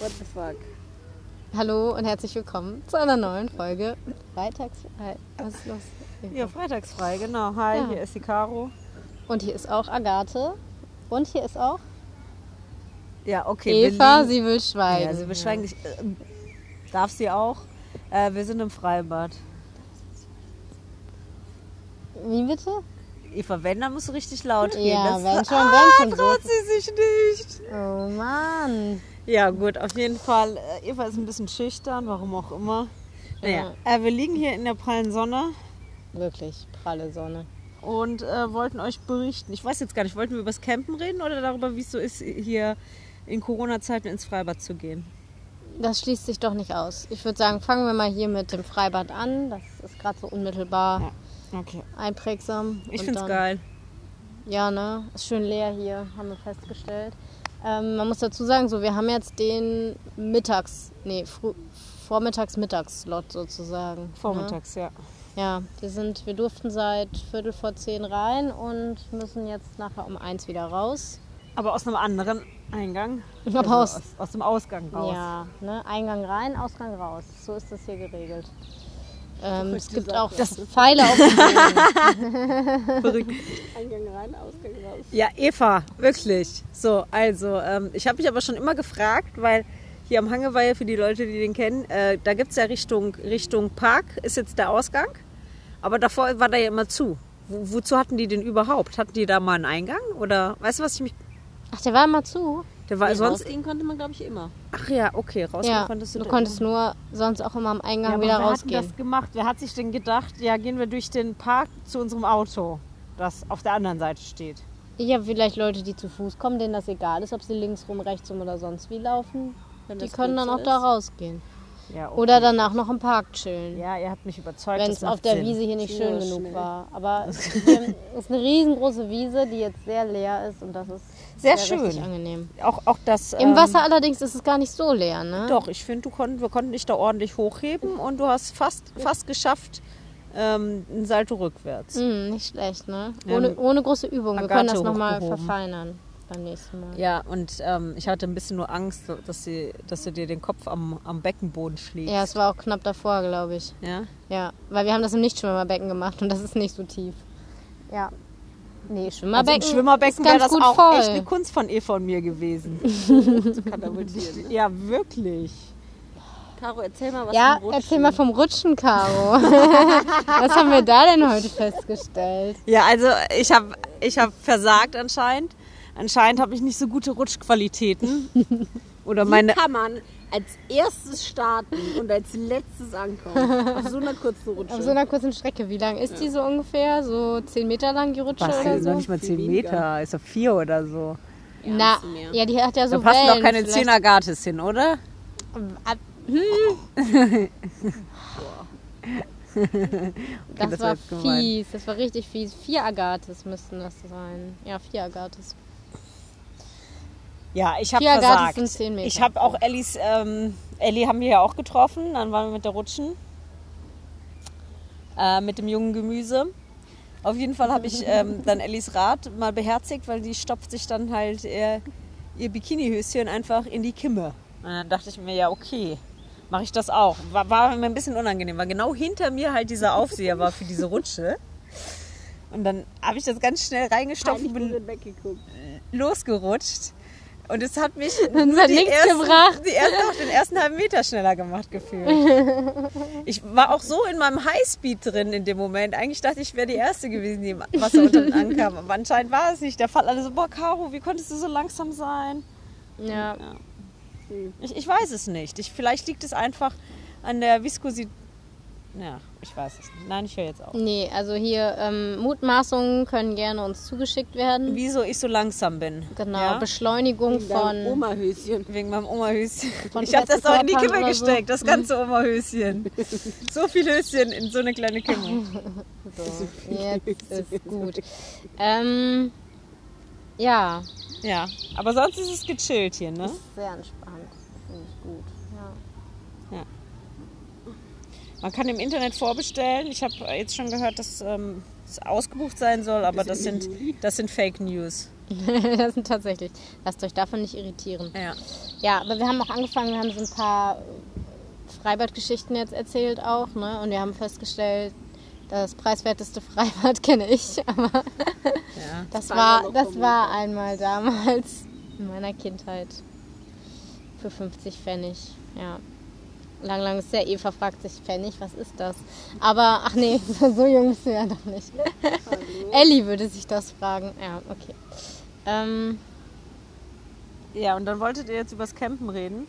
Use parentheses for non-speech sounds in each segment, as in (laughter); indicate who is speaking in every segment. Speaker 1: What the fuck?
Speaker 2: Hallo und herzlich willkommen zu einer neuen Folge Freitags. Hi, Was ist los?
Speaker 1: Ja, freitagsfrei, genau. Hi,
Speaker 2: Ja.
Speaker 1: hier ist die Caro.
Speaker 2: Und hier ist auch Agathe. Und hier ist auch
Speaker 1: Ja, okay.
Speaker 2: Eva,
Speaker 1: wir liegen-
Speaker 2: sie will schweigen.
Speaker 1: Ja, sie beschweigen dich. Ähm, darf sie auch? Äh, wir sind im Freibad.
Speaker 2: Wie bitte?
Speaker 1: Eva, wenn, dann musst du richtig laut
Speaker 2: Ja,
Speaker 1: gehen. das
Speaker 2: wenn
Speaker 1: ist,
Speaker 2: schon,
Speaker 1: ah,
Speaker 2: wenn schon, so
Speaker 1: traut
Speaker 2: ist
Speaker 1: sie sich nicht.
Speaker 2: Oh Mann.
Speaker 1: Ja, gut, auf jeden Fall. Äh, Eva ist ein bisschen schüchtern, warum auch immer. Naja, äh, wir liegen hier in der prallen Sonne
Speaker 2: Wirklich, pralle Sonne.
Speaker 1: und äh, wollten euch berichten. Ich weiß jetzt gar nicht, wollten wir über das Campen reden oder darüber, wie es so ist, hier in Corona-Zeiten ins Freibad zu gehen?
Speaker 2: Das schließt sich doch nicht aus. Ich würde sagen, fangen wir mal hier mit dem Freibad an. Das ist gerade so unmittelbar
Speaker 1: Ja, okay.
Speaker 2: einprägsam.
Speaker 1: Ich
Speaker 2: Und
Speaker 1: find's
Speaker 2: dann-
Speaker 1: geil.
Speaker 2: Ja, ne? Ist schön leer hier, haben wir festgestellt. Ähm, man muss dazu sagen, so wir haben jetzt den Mittags, nee, früh, vormittags Mittags-Slot sozusagen.
Speaker 1: Ne? Vormittags, ja.
Speaker 2: Ne? Ja, wir sind, wir durften seit Viertel vor zehn rein und müssen jetzt nachher um eins wieder raus.
Speaker 1: Aber aus einem anderen Eingang. Also
Speaker 2: Aber aus-
Speaker 1: aus, aus dem Ausgang raus.
Speaker 2: Ja, ne? Eingang rein, Ausgang raus. So ist das hier geregelt. Ähm, es
Speaker 1: Verrückte
Speaker 2: gibt
Speaker 1: Sache.
Speaker 2: auch Pfeile auf dem Boden.
Speaker 1: (laughs) Verrückt.
Speaker 3: Eingang rein, Ausgang raus.
Speaker 1: Ja, Eva, wirklich. So, also, ähm, ich habe mich aber schon immer gefragt, weil hier am Hangeweihe, für die Leute, die den kennen, äh, da gibt es ja Richtung, Richtung Park, ist jetzt der Ausgang. Aber davor war da ja immer zu. Wo, wozu hatten die den überhaupt? Hatten die da mal einen Eingang? Oder weißt du, was ich mich.
Speaker 2: Ach, der war immer zu.
Speaker 1: Der war
Speaker 2: Genau.
Speaker 1: sonst.
Speaker 3: rausgehen konnte man, glaube ich, immer.
Speaker 1: Ach ja, okay, raus
Speaker 2: ja,
Speaker 1: konntest du,
Speaker 2: du
Speaker 1: da
Speaker 2: konntest nur sonst auch immer am Eingang
Speaker 1: Ja, aber
Speaker 2: wieder
Speaker 1: wer Hat denn
Speaker 2: rausgehen.
Speaker 1: das gemacht? Wer hat sich denn gedacht, ja, gehen wir durch den Park zu unserem Auto, das auf der anderen Seite steht?
Speaker 2: Ich habe vielleicht Leute, die zu Fuß kommen, denen das egal ist, ob sie links rum, rechts rum oder sonst wie laufen.
Speaker 3: Wenn
Speaker 2: Die
Speaker 3: das
Speaker 2: können dann
Speaker 3: gut
Speaker 2: auch
Speaker 3: so
Speaker 2: da
Speaker 3: ist.
Speaker 2: rausgehen.
Speaker 1: Ja, okay.
Speaker 2: Oder danach noch im Park chillen.
Speaker 1: Ja, ihr habt mich überzeugt.
Speaker 2: Wenn
Speaker 1: das
Speaker 2: es auf
Speaker 1: macht
Speaker 2: der
Speaker 1: Sinn.
Speaker 2: Wiese hier nicht
Speaker 3: Nur
Speaker 2: schön genug
Speaker 3: schnell.
Speaker 2: war.
Speaker 1: (laughs)
Speaker 2: Aber es ähm, ist eine riesengroße Wiese, die jetzt sehr leer ist und das ist
Speaker 1: Sehr schön.
Speaker 2: richtig angenehm.
Speaker 1: Auch, auch das.
Speaker 2: Im
Speaker 1: ähm,
Speaker 2: Wasser allerdings ist es gar nicht so leer, ne?
Speaker 1: Doch, ich finde, du konnt, wir konnten dich da ordentlich hochheben und du hast fast, fast geschafft, ähm, einen Salto rückwärts.
Speaker 2: Hm, nicht schlecht, ne?
Speaker 1: Ja,
Speaker 2: Ohne,
Speaker 1: mit
Speaker 2: ohne große Übung. Wir
Speaker 1: Agathe
Speaker 2: können das nochmal
Speaker 1: hochgehoben.
Speaker 2: verfeinern beim nächsten Mal.
Speaker 1: Ja, und ähm, ich hatte ein bisschen nur Angst, so, dass, sie, dass du dir den Kopf am, am Beckenboden schlägst.
Speaker 2: ja es war auch knapp davor, glaube ich.
Speaker 1: Ja?
Speaker 2: Ja, weil wir haben das im Nichtschwimmerbecken gemacht und das ist nicht so tief. Ja. Nee,
Speaker 1: Also
Speaker 2: Schwimmerbecken.
Speaker 1: im Schwimmerbecken
Speaker 2: ist
Speaker 1: wäre
Speaker 2: ganz
Speaker 1: das
Speaker 2: gut
Speaker 1: auch
Speaker 2: voll.
Speaker 1: echt eine Kunst von Eva und mir gewesen.
Speaker 2: (laughs)
Speaker 3: Katapultieren. ne?
Speaker 1: ja, wirklich.
Speaker 3: Caro, erzähl mal was
Speaker 2: ja,
Speaker 3: vom Rutschen.
Speaker 2: erzähl mal vom Rutschen, (laughs) Caro. Was haben wir da denn heute festgestellt?
Speaker 1: Ja, also ich habe ich hab versagt anscheinend. Anscheinend habe ich nicht so gute Rutschqualitäten.
Speaker 2: (laughs)
Speaker 1: Oder meine,
Speaker 3: Kann man als erstes starten und als
Speaker 2: (laughs)
Speaker 3: letztes ankommen. Auf so einer kurzen Rutsche.
Speaker 2: Auf so einer kurzen Strecke. Wie lang ist die so ungefähr? So 10 Meter lang, die Rutsche
Speaker 1: Was, Also
Speaker 2: oder
Speaker 1: noch
Speaker 2: so?
Speaker 1: nicht mal
Speaker 3: Viel
Speaker 1: 10
Speaker 3: weniger.
Speaker 1: Meter, ist doch 4 oder so.
Speaker 3: Ja, ein
Speaker 2: Na,
Speaker 3: bisschen mehr.
Speaker 2: ja, die hat ja so
Speaker 1: da passen doch
Speaker 2: Wellen
Speaker 1: keine
Speaker 2: vielleicht.
Speaker 1: Zehnergartes hin, oder?
Speaker 2: Ab- hm?
Speaker 1: (laughs)
Speaker 2: Das,
Speaker 1: das war
Speaker 2: war
Speaker 1: jetzt gemein.
Speaker 2: fies, das war richtig fies. Vier Agathes müssten das sein. Ja, vier Agathes.
Speaker 1: Ja, ich habe
Speaker 2: Vier Agathes
Speaker 1: versagt.
Speaker 2: sind 10 Meter. Oh.
Speaker 1: Ich habe auch Ellis, ähm, Elli haben wir ja auch getroffen, dann waren wir mit der Rutschen. Äh, mit dem jungen Gemüse. Auf jeden Fall habe ich
Speaker 2: (laughs)
Speaker 1: ähm, dann Ellis Rad mal beherzigt, weil die stopft sich dann halt ihr, ihr Bikinihöschen einfach in die Kimme. Und dann dachte ich mir, ja, okay, mache ich das auch. War, war mir ein bisschen unangenehm, weil genau hinter mir halt dieser Aufseher war für diese
Speaker 2: (laughs)
Speaker 1: Rutsche. Und dann habe ich das ganz schnell reingestopft
Speaker 3: Peinlich
Speaker 1: und bin
Speaker 3: berührt weggeguckt.
Speaker 1: losgerutscht. Und es hat
Speaker 2: (laughs)
Speaker 1: mich
Speaker 2: Uns
Speaker 1: nur
Speaker 2: hat
Speaker 1: die
Speaker 2: nichts
Speaker 1: ersten,
Speaker 2: gebracht.
Speaker 1: Die ersten, auch den ersten halben Meter schneller gemacht
Speaker 2: (laughs)
Speaker 1: gefühlt. Ich war auch so in meinem Highspeed drin in dem Moment. Eigentlich dachte ich, ich wäre die Erste gewesen, die im Wasser unten ankam. Aber anscheinend war es nicht der Fall. Alle so, boah, Caro, wie konntest du so langsam sein?
Speaker 2: Ja,
Speaker 1: Ich, ich weiß es nicht. Ich, vielleicht liegt es einfach an der Viskosität. Ja, ich weiß es nicht. Nein, ich höre jetzt auf.
Speaker 2: nee, also hier ähm, Mutmaßungen können gerne uns zugeschickt werden.
Speaker 1: Wieso ich so langsam bin.
Speaker 2: Genau,
Speaker 1: Ja?
Speaker 2: Beschleunigung
Speaker 3: Wegen deinem
Speaker 2: von.
Speaker 3: Oma-Höschen.
Speaker 1: Wegen meinem Oma-Höschen.
Speaker 2: Von
Speaker 1: Ich habe das auch in die
Speaker 2: Pferdekörpern
Speaker 1: Kimme
Speaker 2: oder so.
Speaker 1: gesteckt, das ganze Oma-Höschen. So viel Höschen in so eine kleine Kimme.
Speaker 2: So, (laughs) jetzt ist gut. Ähm, ja,
Speaker 1: Ja, aber sonst ist es gechillt hier, ne?
Speaker 2: sehr entspannt. Finde ich gut. Ja.
Speaker 1: Man kann im Internet vorbestellen. Ich habe jetzt schon gehört, dass ähm, es ausgebucht sein soll, aber das sind, das sind Fake News.
Speaker 2: (laughs) das sind tatsächlich. Lasst euch davon nicht irritieren.
Speaker 1: Ja.
Speaker 2: Ja, aber wir haben auch angefangen, wir haben so ein paar Freibadgeschichten jetzt erzählt auch, ne? Und wir haben festgestellt, das preiswerteste (laughs) Freibad kenne ich, aber
Speaker 1: ja.
Speaker 2: das
Speaker 3: Zweimal
Speaker 2: war,
Speaker 3: noch
Speaker 2: das
Speaker 3: vermutet.
Speaker 2: war einmal damals in meiner Kindheit für 50 Pfennig, ja. Lang, lang ist der Eva fragt sich Pfennig, was ist das? Aber, ach nee, (laughs) so jung bist du ja doch nicht. Ellie würde sich das fragen, ja, okay. Ähm,
Speaker 1: ja, und dann wolltet ihr jetzt übers Campen reden.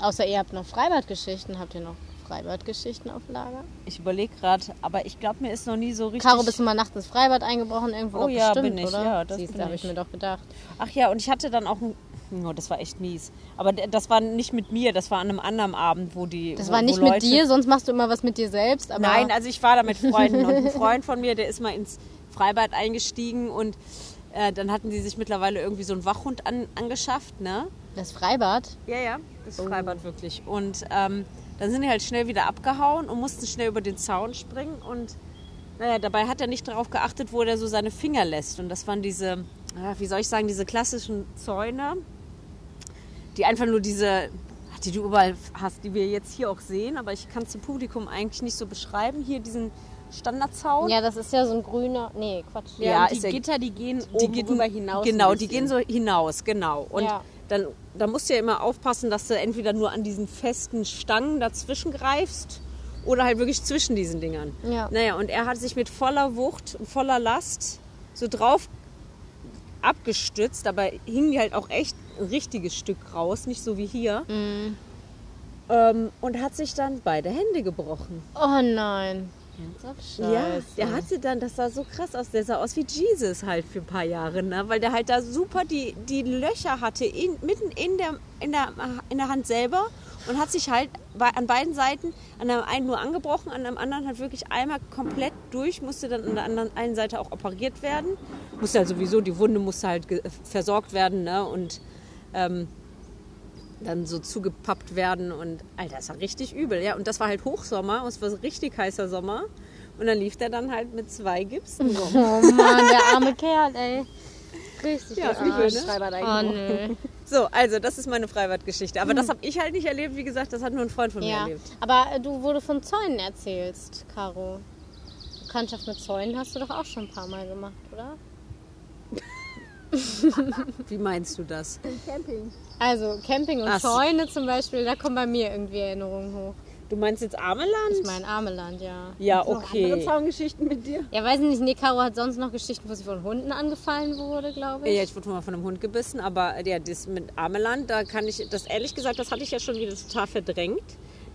Speaker 2: außer ihr habt noch Freibadgeschichten, habt ihr noch Freibadgeschichten auf Lager?
Speaker 1: Ich überlege gerade, aber ich glaube, mir ist noch nie so richtig.
Speaker 2: Caro, bist du mal nachts ins Freibad eingebrochen? Irgendwo
Speaker 1: Oh
Speaker 2: doch
Speaker 1: ja,
Speaker 2: bestimmt,
Speaker 1: bin ich,
Speaker 2: oder?
Speaker 1: ja, das
Speaker 2: Siehst,
Speaker 1: bin
Speaker 2: habe ich
Speaker 1: ich.
Speaker 2: mir doch gedacht.
Speaker 1: Ach ja, und ich hatte dann auch ein. Oh, das war echt mies. Aber d- das war nicht mit mir, das war an einem anderen Abend, wo die.
Speaker 2: Das
Speaker 1: wo,
Speaker 2: war
Speaker 1: wo
Speaker 2: nicht
Speaker 1: Leute,
Speaker 2: mit dir, sonst machst du immer was mit dir selbst. Aber
Speaker 1: Nein, also ich war da mit Freunden und ein Freund von mir, der ist mal ins Freibad eingestiegen und äh, dann hatten die sich mittlerweile irgendwie so einen Wachhund an, angeschafft, ne?
Speaker 2: das Freibad,
Speaker 1: Ja, ja, das Freibad wirklich. Und ähm, dann sind die halt schnell wieder abgehauen und mussten schnell über den Zaun springen. Und naja, dabei hat er nicht darauf geachtet, wo er so seine Finger lässt. Und das waren diese, ja, wie soll ich sagen, diese klassischen Zäune, die einfach nur diese, ach, die du überall hast, die wir jetzt hier auch sehen, aber ich kann es dem Publikum eigentlich nicht so beschreiben. Hier diesen Standardzaun.
Speaker 2: ja, das ist ja so ein grüner. Nee, Quatsch.
Speaker 1: Ja,
Speaker 3: Ja, und
Speaker 1: ist
Speaker 3: die
Speaker 1: ja-
Speaker 3: Gitter, die gehen
Speaker 1: die
Speaker 3: oben
Speaker 1: gehen-
Speaker 3: rüber hinaus.
Speaker 1: Genau,
Speaker 3: ein
Speaker 1: die
Speaker 3: bisschen.
Speaker 1: gehen so hinaus, genau. Und
Speaker 2: Ja.
Speaker 1: dann, dann musst du ja immer aufpassen, dass du entweder nur an diesen festen Stangen dazwischen greifst oder halt wirklich zwischen diesen Dingern.
Speaker 2: Ja.
Speaker 1: Naja, und er hat sich mit voller Wucht und voller Last so drauf abgestützt, aber hingen die halt auch echt ein richtiges Stück raus, nicht so wie hier.
Speaker 3: Mhm.
Speaker 1: Ähm, und hat sich dann beide Hände gebrochen.
Speaker 2: Oh nein.
Speaker 1: Ja, der hatte dann, das sah so krass aus, der sah aus wie Jesus halt für ein paar Jahre, ne? weil der halt da super die, die Löcher hatte, in, mitten in der, in, der, in der Hand selber und hat sich halt bei, an beiden Seiten, an dem einen nur angebrochen, an dem anderen hat wirklich einmal komplett durch, musste dann an der anderen einen Seite auch operiert werden, musste halt sowieso, die Wunde musste halt ge- versorgt werden ne? und ähm, dann so zugepappt werden und Alter, das war richtig übel. Ja, und das war halt Hochsommer und es war so richtig heißer Sommer. Und dann lief der dann halt mit zwei Gipsen
Speaker 2: (laughs)
Speaker 1: rum.
Speaker 2: Oh Mann, der
Speaker 1: (laughs)
Speaker 2: arme Kerl, ey. Richtig.
Speaker 1: Ja,
Speaker 2: geil.
Speaker 1: ich
Speaker 3: Übel,
Speaker 1: würde-
Speaker 3: ne? Freibad
Speaker 2: Oh
Speaker 3: eingebrochen.
Speaker 2: nö.
Speaker 1: So, also das ist meine Freibadgeschichte. Aber das habe ich halt nicht erlebt, wie gesagt, das hat nur ein Freund von mir
Speaker 2: Ja.
Speaker 1: erlebt.
Speaker 2: Aber äh, du wurde von Zäunen erzählst, Caro. Bekanntschaft mit Zäunen hast du doch auch schon ein paar Mal gemacht, oder?
Speaker 1: Wie meinst du das?
Speaker 3: Camping.
Speaker 2: Also Camping und
Speaker 1: Ach so.
Speaker 2: Zäune zum Beispiel, da kommen bei mir irgendwie Erinnerungen hoch.
Speaker 1: Du meinst jetzt Ameland?
Speaker 2: Ich mein Armeland, ja.
Speaker 1: ja,
Speaker 3: Noch Andere
Speaker 1: okay.
Speaker 3: Zaungeschichten
Speaker 2: (laughs)
Speaker 3: mit dir.
Speaker 2: Ja, weiß ich nicht. Nee, Caro hat sonst noch Geschichten, wo sie von Hunden angefallen wurde, glaube ich.
Speaker 1: Ja, ich wurde mal von einem Hund gebissen, aber äh, ja, das mit Ameland, da kann ich, das ehrlich gesagt, das hatte ich ja schon wieder total verdrängt.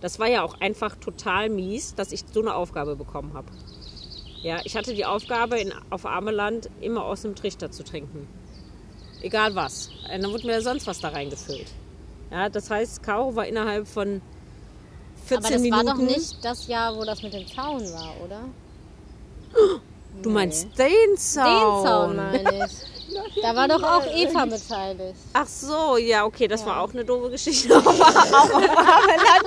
Speaker 1: Das war ja auch einfach total mies, dass ich so eine Aufgabe bekommen habe. Ja, ich hatte die Aufgabe, in, auf Ameland immer aus einem Trichter zu trinken. Egal was. Und dann wurde mir sonst was da reingefüllt. Ja, das heißt, Caro war innerhalb von 14
Speaker 2: Aber das
Speaker 1: Minuten.
Speaker 2: war doch nicht das Jahr, wo das mit dem Zaun war, oder?
Speaker 1: du meinst den Zaun.
Speaker 2: Den Zaun meine ich. Da war doch auch Eva beteiligt.
Speaker 1: Ach so, ja, okay, das war auch eine doofe Geschichte. (laughs) auch auf Havelland.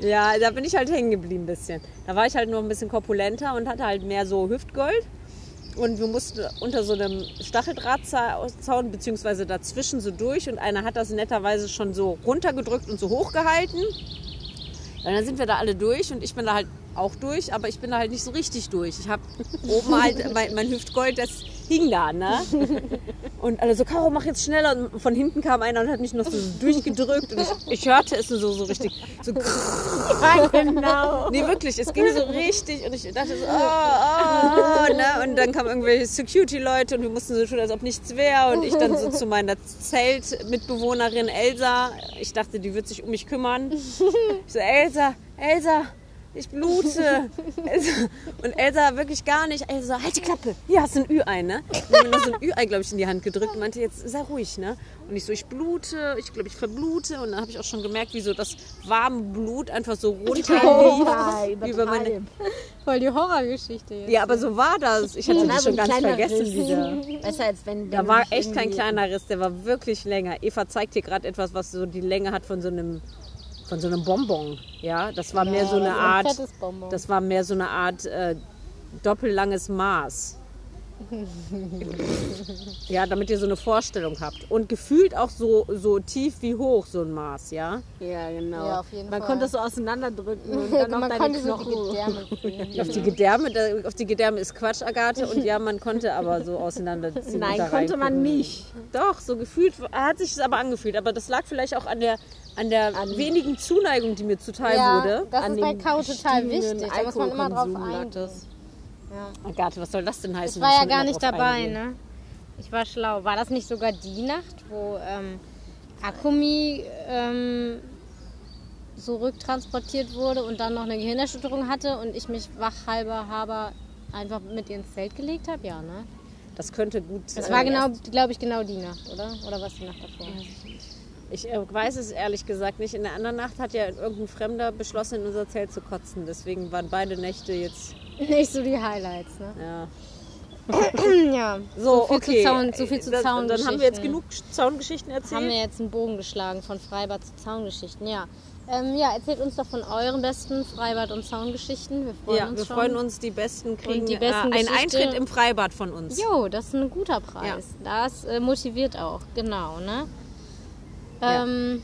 Speaker 1: ja, da bin ich halt hängen geblieben ein bisschen. Da war ich halt nur ein bisschen korpulenter und hatte halt mehr so Hüftgold. Und wir mussten unter so einem Stacheldrahtzaun beziehungsweise dazwischen so durch und einer hat das netterweise schon so runtergedrückt und so hochgehalten. Und dann sind wir da alle durch und ich bin da halt auch durch, aber ich bin da halt nicht so richtig durch. Ich habe oben halt mein, mein Hüftgold, das hing da, ne? Und alle so, Caro, mach jetzt schneller. Und von hinten kam einer und hat mich noch so durchgedrückt. Und ich, ich hörte es nur so, so richtig. So, (laughs)
Speaker 3: Ja, genau.
Speaker 1: nee, wirklich, es ging so richtig. Und ich dachte so, oh, oh, oh. Ne? Und dann kamen irgendwelche Security-Leute und wir mussten so tun, als ob nichts wäre. Und ich dann so zu meiner Zeltmitbewohnerin Elsa. Ich dachte, die wird sich um mich kümmern. Ich so, Elsa, Elsa, ich blute. Elsa. Und Elsa wirklich gar nicht. Elsa, so, halt die Klappe. Hier hast du ein Ü-Ei, ne? Und dann hat mir noch so ein Ü-Ei, glaube ich, in die Hand gedrückt und meinte, jetzt sei ruhig, ne? Und ich so, ich blute, ich glaube, ich verblute. Und dann habe ich auch schon gemerkt, wie so das warme Blut einfach so runterlief.
Speaker 3: Nein,
Speaker 1: Über meine-
Speaker 3: übertreib.
Speaker 2: Voll die Horrorgeschichte jetzt.
Speaker 1: Ja, aber so war das. Ich hatte
Speaker 3: Hm, war
Speaker 1: das
Speaker 3: so
Speaker 1: schon
Speaker 3: ein
Speaker 1: ganz
Speaker 3: kleiner
Speaker 1: vergessen
Speaker 3: Riss.
Speaker 1: wieder.
Speaker 3: (laughs) Besser als wenn.
Speaker 1: Da
Speaker 3: wenn
Speaker 1: war
Speaker 3: ich
Speaker 1: echt kein
Speaker 3: irgendwie-
Speaker 1: kleiner Riss, der war wirklich länger. Eva zeigt hier gerade etwas, was so die Länge hat von so einem, von so einem Bonbon. Ja, das war mehr so eine
Speaker 2: das ist ein
Speaker 1: Art.
Speaker 2: fettes Bonbon.
Speaker 3: (laughs)
Speaker 1: Das war mehr so eine Art äh, doppellanges Maß. Ja, damit ihr so eine Vorstellung habt. Und gefühlt auch so, so tief wie hoch so ein Maß, ja?
Speaker 3: Ja, genau.
Speaker 2: Ja, auf jeden
Speaker 3: Man
Speaker 2: Fall.
Speaker 3: konnte es so auseinanderdrücken
Speaker 2: (laughs)
Speaker 3: und dann
Speaker 2: Man
Speaker 3: auch deine
Speaker 2: konnte so die
Speaker 3: Knochen.
Speaker 2: (laughs) Gedärme fühlen.
Speaker 1: Auf die Gedärme, da- auf die Gedärme ist Quatsch, Agathe. Und ja, man konnte aber so auseinanderziehen. und da
Speaker 3: Nein, konnte man
Speaker 1: reingucken.
Speaker 3: nicht.
Speaker 1: Doch, so gefühlt hat sich es aber angefühlt. Aber das lag vielleicht auch an der, an der wenigen Zuneigung, die mir zuteil wurde.
Speaker 2: das
Speaker 3: an
Speaker 2: ist bei
Speaker 3: dem
Speaker 2: Kau total
Speaker 3: gestiegenen
Speaker 2: wichtig. Da muss man immer drauf
Speaker 3: Alkoholkonsum lag
Speaker 2: eingehen.
Speaker 3: das.
Speaker 1: Agathe, Oh was soll das denn heißen?
Speaker 2: Ich war ja
Speaker 1: dass man
Speaker 2: gar
Speaker 1: immer
Speaker 2: nicht
Speaker 1: drauf
Speaker 2: dabei,
Speaker 1: eingeht?
Speaker 2: ne? Ich war schlau. War das nicht sogar die Nacht, wo ähm, Akumi ähm, so rücktransportiert wurde und dann noch eine Gehirnerschütterung hatte und ich mich wachhalber haber einfach mit ihr ins Zelt gelegt habe? Ja, ne?
Speaker 1: Das könnte gut
Speaker 2: Das
Speaker 1: äh,
Speaker 2: war genau, glaube ich, genau die Nacht, oder? Oder was die Nacht davor?
Speaker 1: Ich äh, weiß es ehrlich gesagt nicht. In der anderen Nacht hat ja irgendein Fremder beschlossen, in unser Zelt zu kotzen. Deswegen waren beide Nächte jetzt.
Speaker 2: Nicht so die Highlights, ne?
Speaker 1: Ja.
Speaker 2: (coughs) ja.
Speaker 1: So,
Speaker 2: viel
Speaker 1: okay.
Speaker 2: zu Zaun, so viel zu
Speaker 1: Das-
Speaker 2: Zaun.
Speaker 1: Dann haben wir jetzt genug Sch- Zaungeschichten erzählt.
Speaker 2: Haben wir jetzt einen Bogen geschlagen von Freibad zu Zaungeschichten, ja. Ähm, ja, erzählt uns doch von euren besten Freibad- und Zaungeschichten. Wir freuen
Speaker 1: ja,
Speaker 2: uns
Speaker 1: wir
Speaker 2: schon.
Speaker 1: freuen uns, die Besten kriegen
Speaker 2: die besten
Speaker 1: äh, einen
Speaker 2: Geschichte-
Speaker 1: Eintritt im Freibad von uns.
Speaker 2: Jo, das ist ein guter Preis. Das äh, motiviert auch, genau, ne?
Speaker 1: Ja.
Speaker 2: Ähm,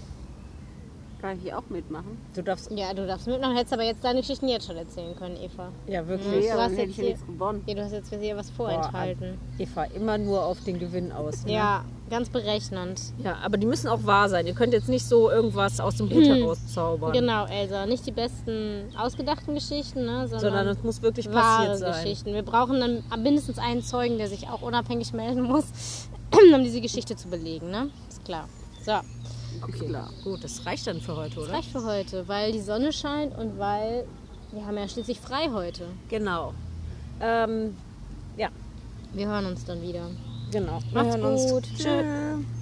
Speaker 3: Kann ich hier auch mitmachen?
Speaker 1: Du darfst.
Speaker 2: ja. du darfst mitmachen, hättest aber jetzt deine Geschichten jetzt schon erzählen können, Eva.
Speaker 1: Ja, wirklich.
Speaker 3: Nee,
Speaker 2: hast
Speaker 3: aber dann
Speaker 2: jetzt
Speaker 3: hätte ich ja
Speaker 2: hier-
Speaker 3: nichts gewonnen.
Speaker 2: Ja, du hast jetzt hier was
Speaker 1: Boah,
Speaker 2: vorenthalten.
Speaker 1: Eva, immer nur auf den Gewinn aus. Ne?
Speaker 2: ja, ganz berechnend.
Speaker 1: Ja, aber die müssen auch wahr sein. Ihr könnt jetzt nicht so irgendwas aus dem Hut herauszaubern.
Speaker 2: Mhm. Genau, Elsa. Nicht die besten ausgedachten Geschichten, ne? sondern,
Speaker 1: Sondern es muss wirklich
Speaker 2: wahre
Speaker 1: passiert sein.
Speaker 2: Geschichten. Wir brauchen dann mindestens einen Zeugen, der sich auch unabhängig melden muss, (clears throat) um diese Geschichte zu belegen. Ne? Ist klar. So,
Speaker 3: Okay. Klar.
Speaker 1: Gut, das reicht dann für heute, oder?
Speaker 2: reicht für heute, weil die Sonne scheint und weil wir haben ja schließlich frei heute.
Speaker 1: Genau. Ähm,
Speaker 2: Wir hören uns dann wieder.
Speaker 1: genau. Wir
Speaker 2: Macht's
Speaker 1: genau. hören uns.
Speaker 2: gut.
Speaker 1: Tschüss.
Speaker 3: Tschüss.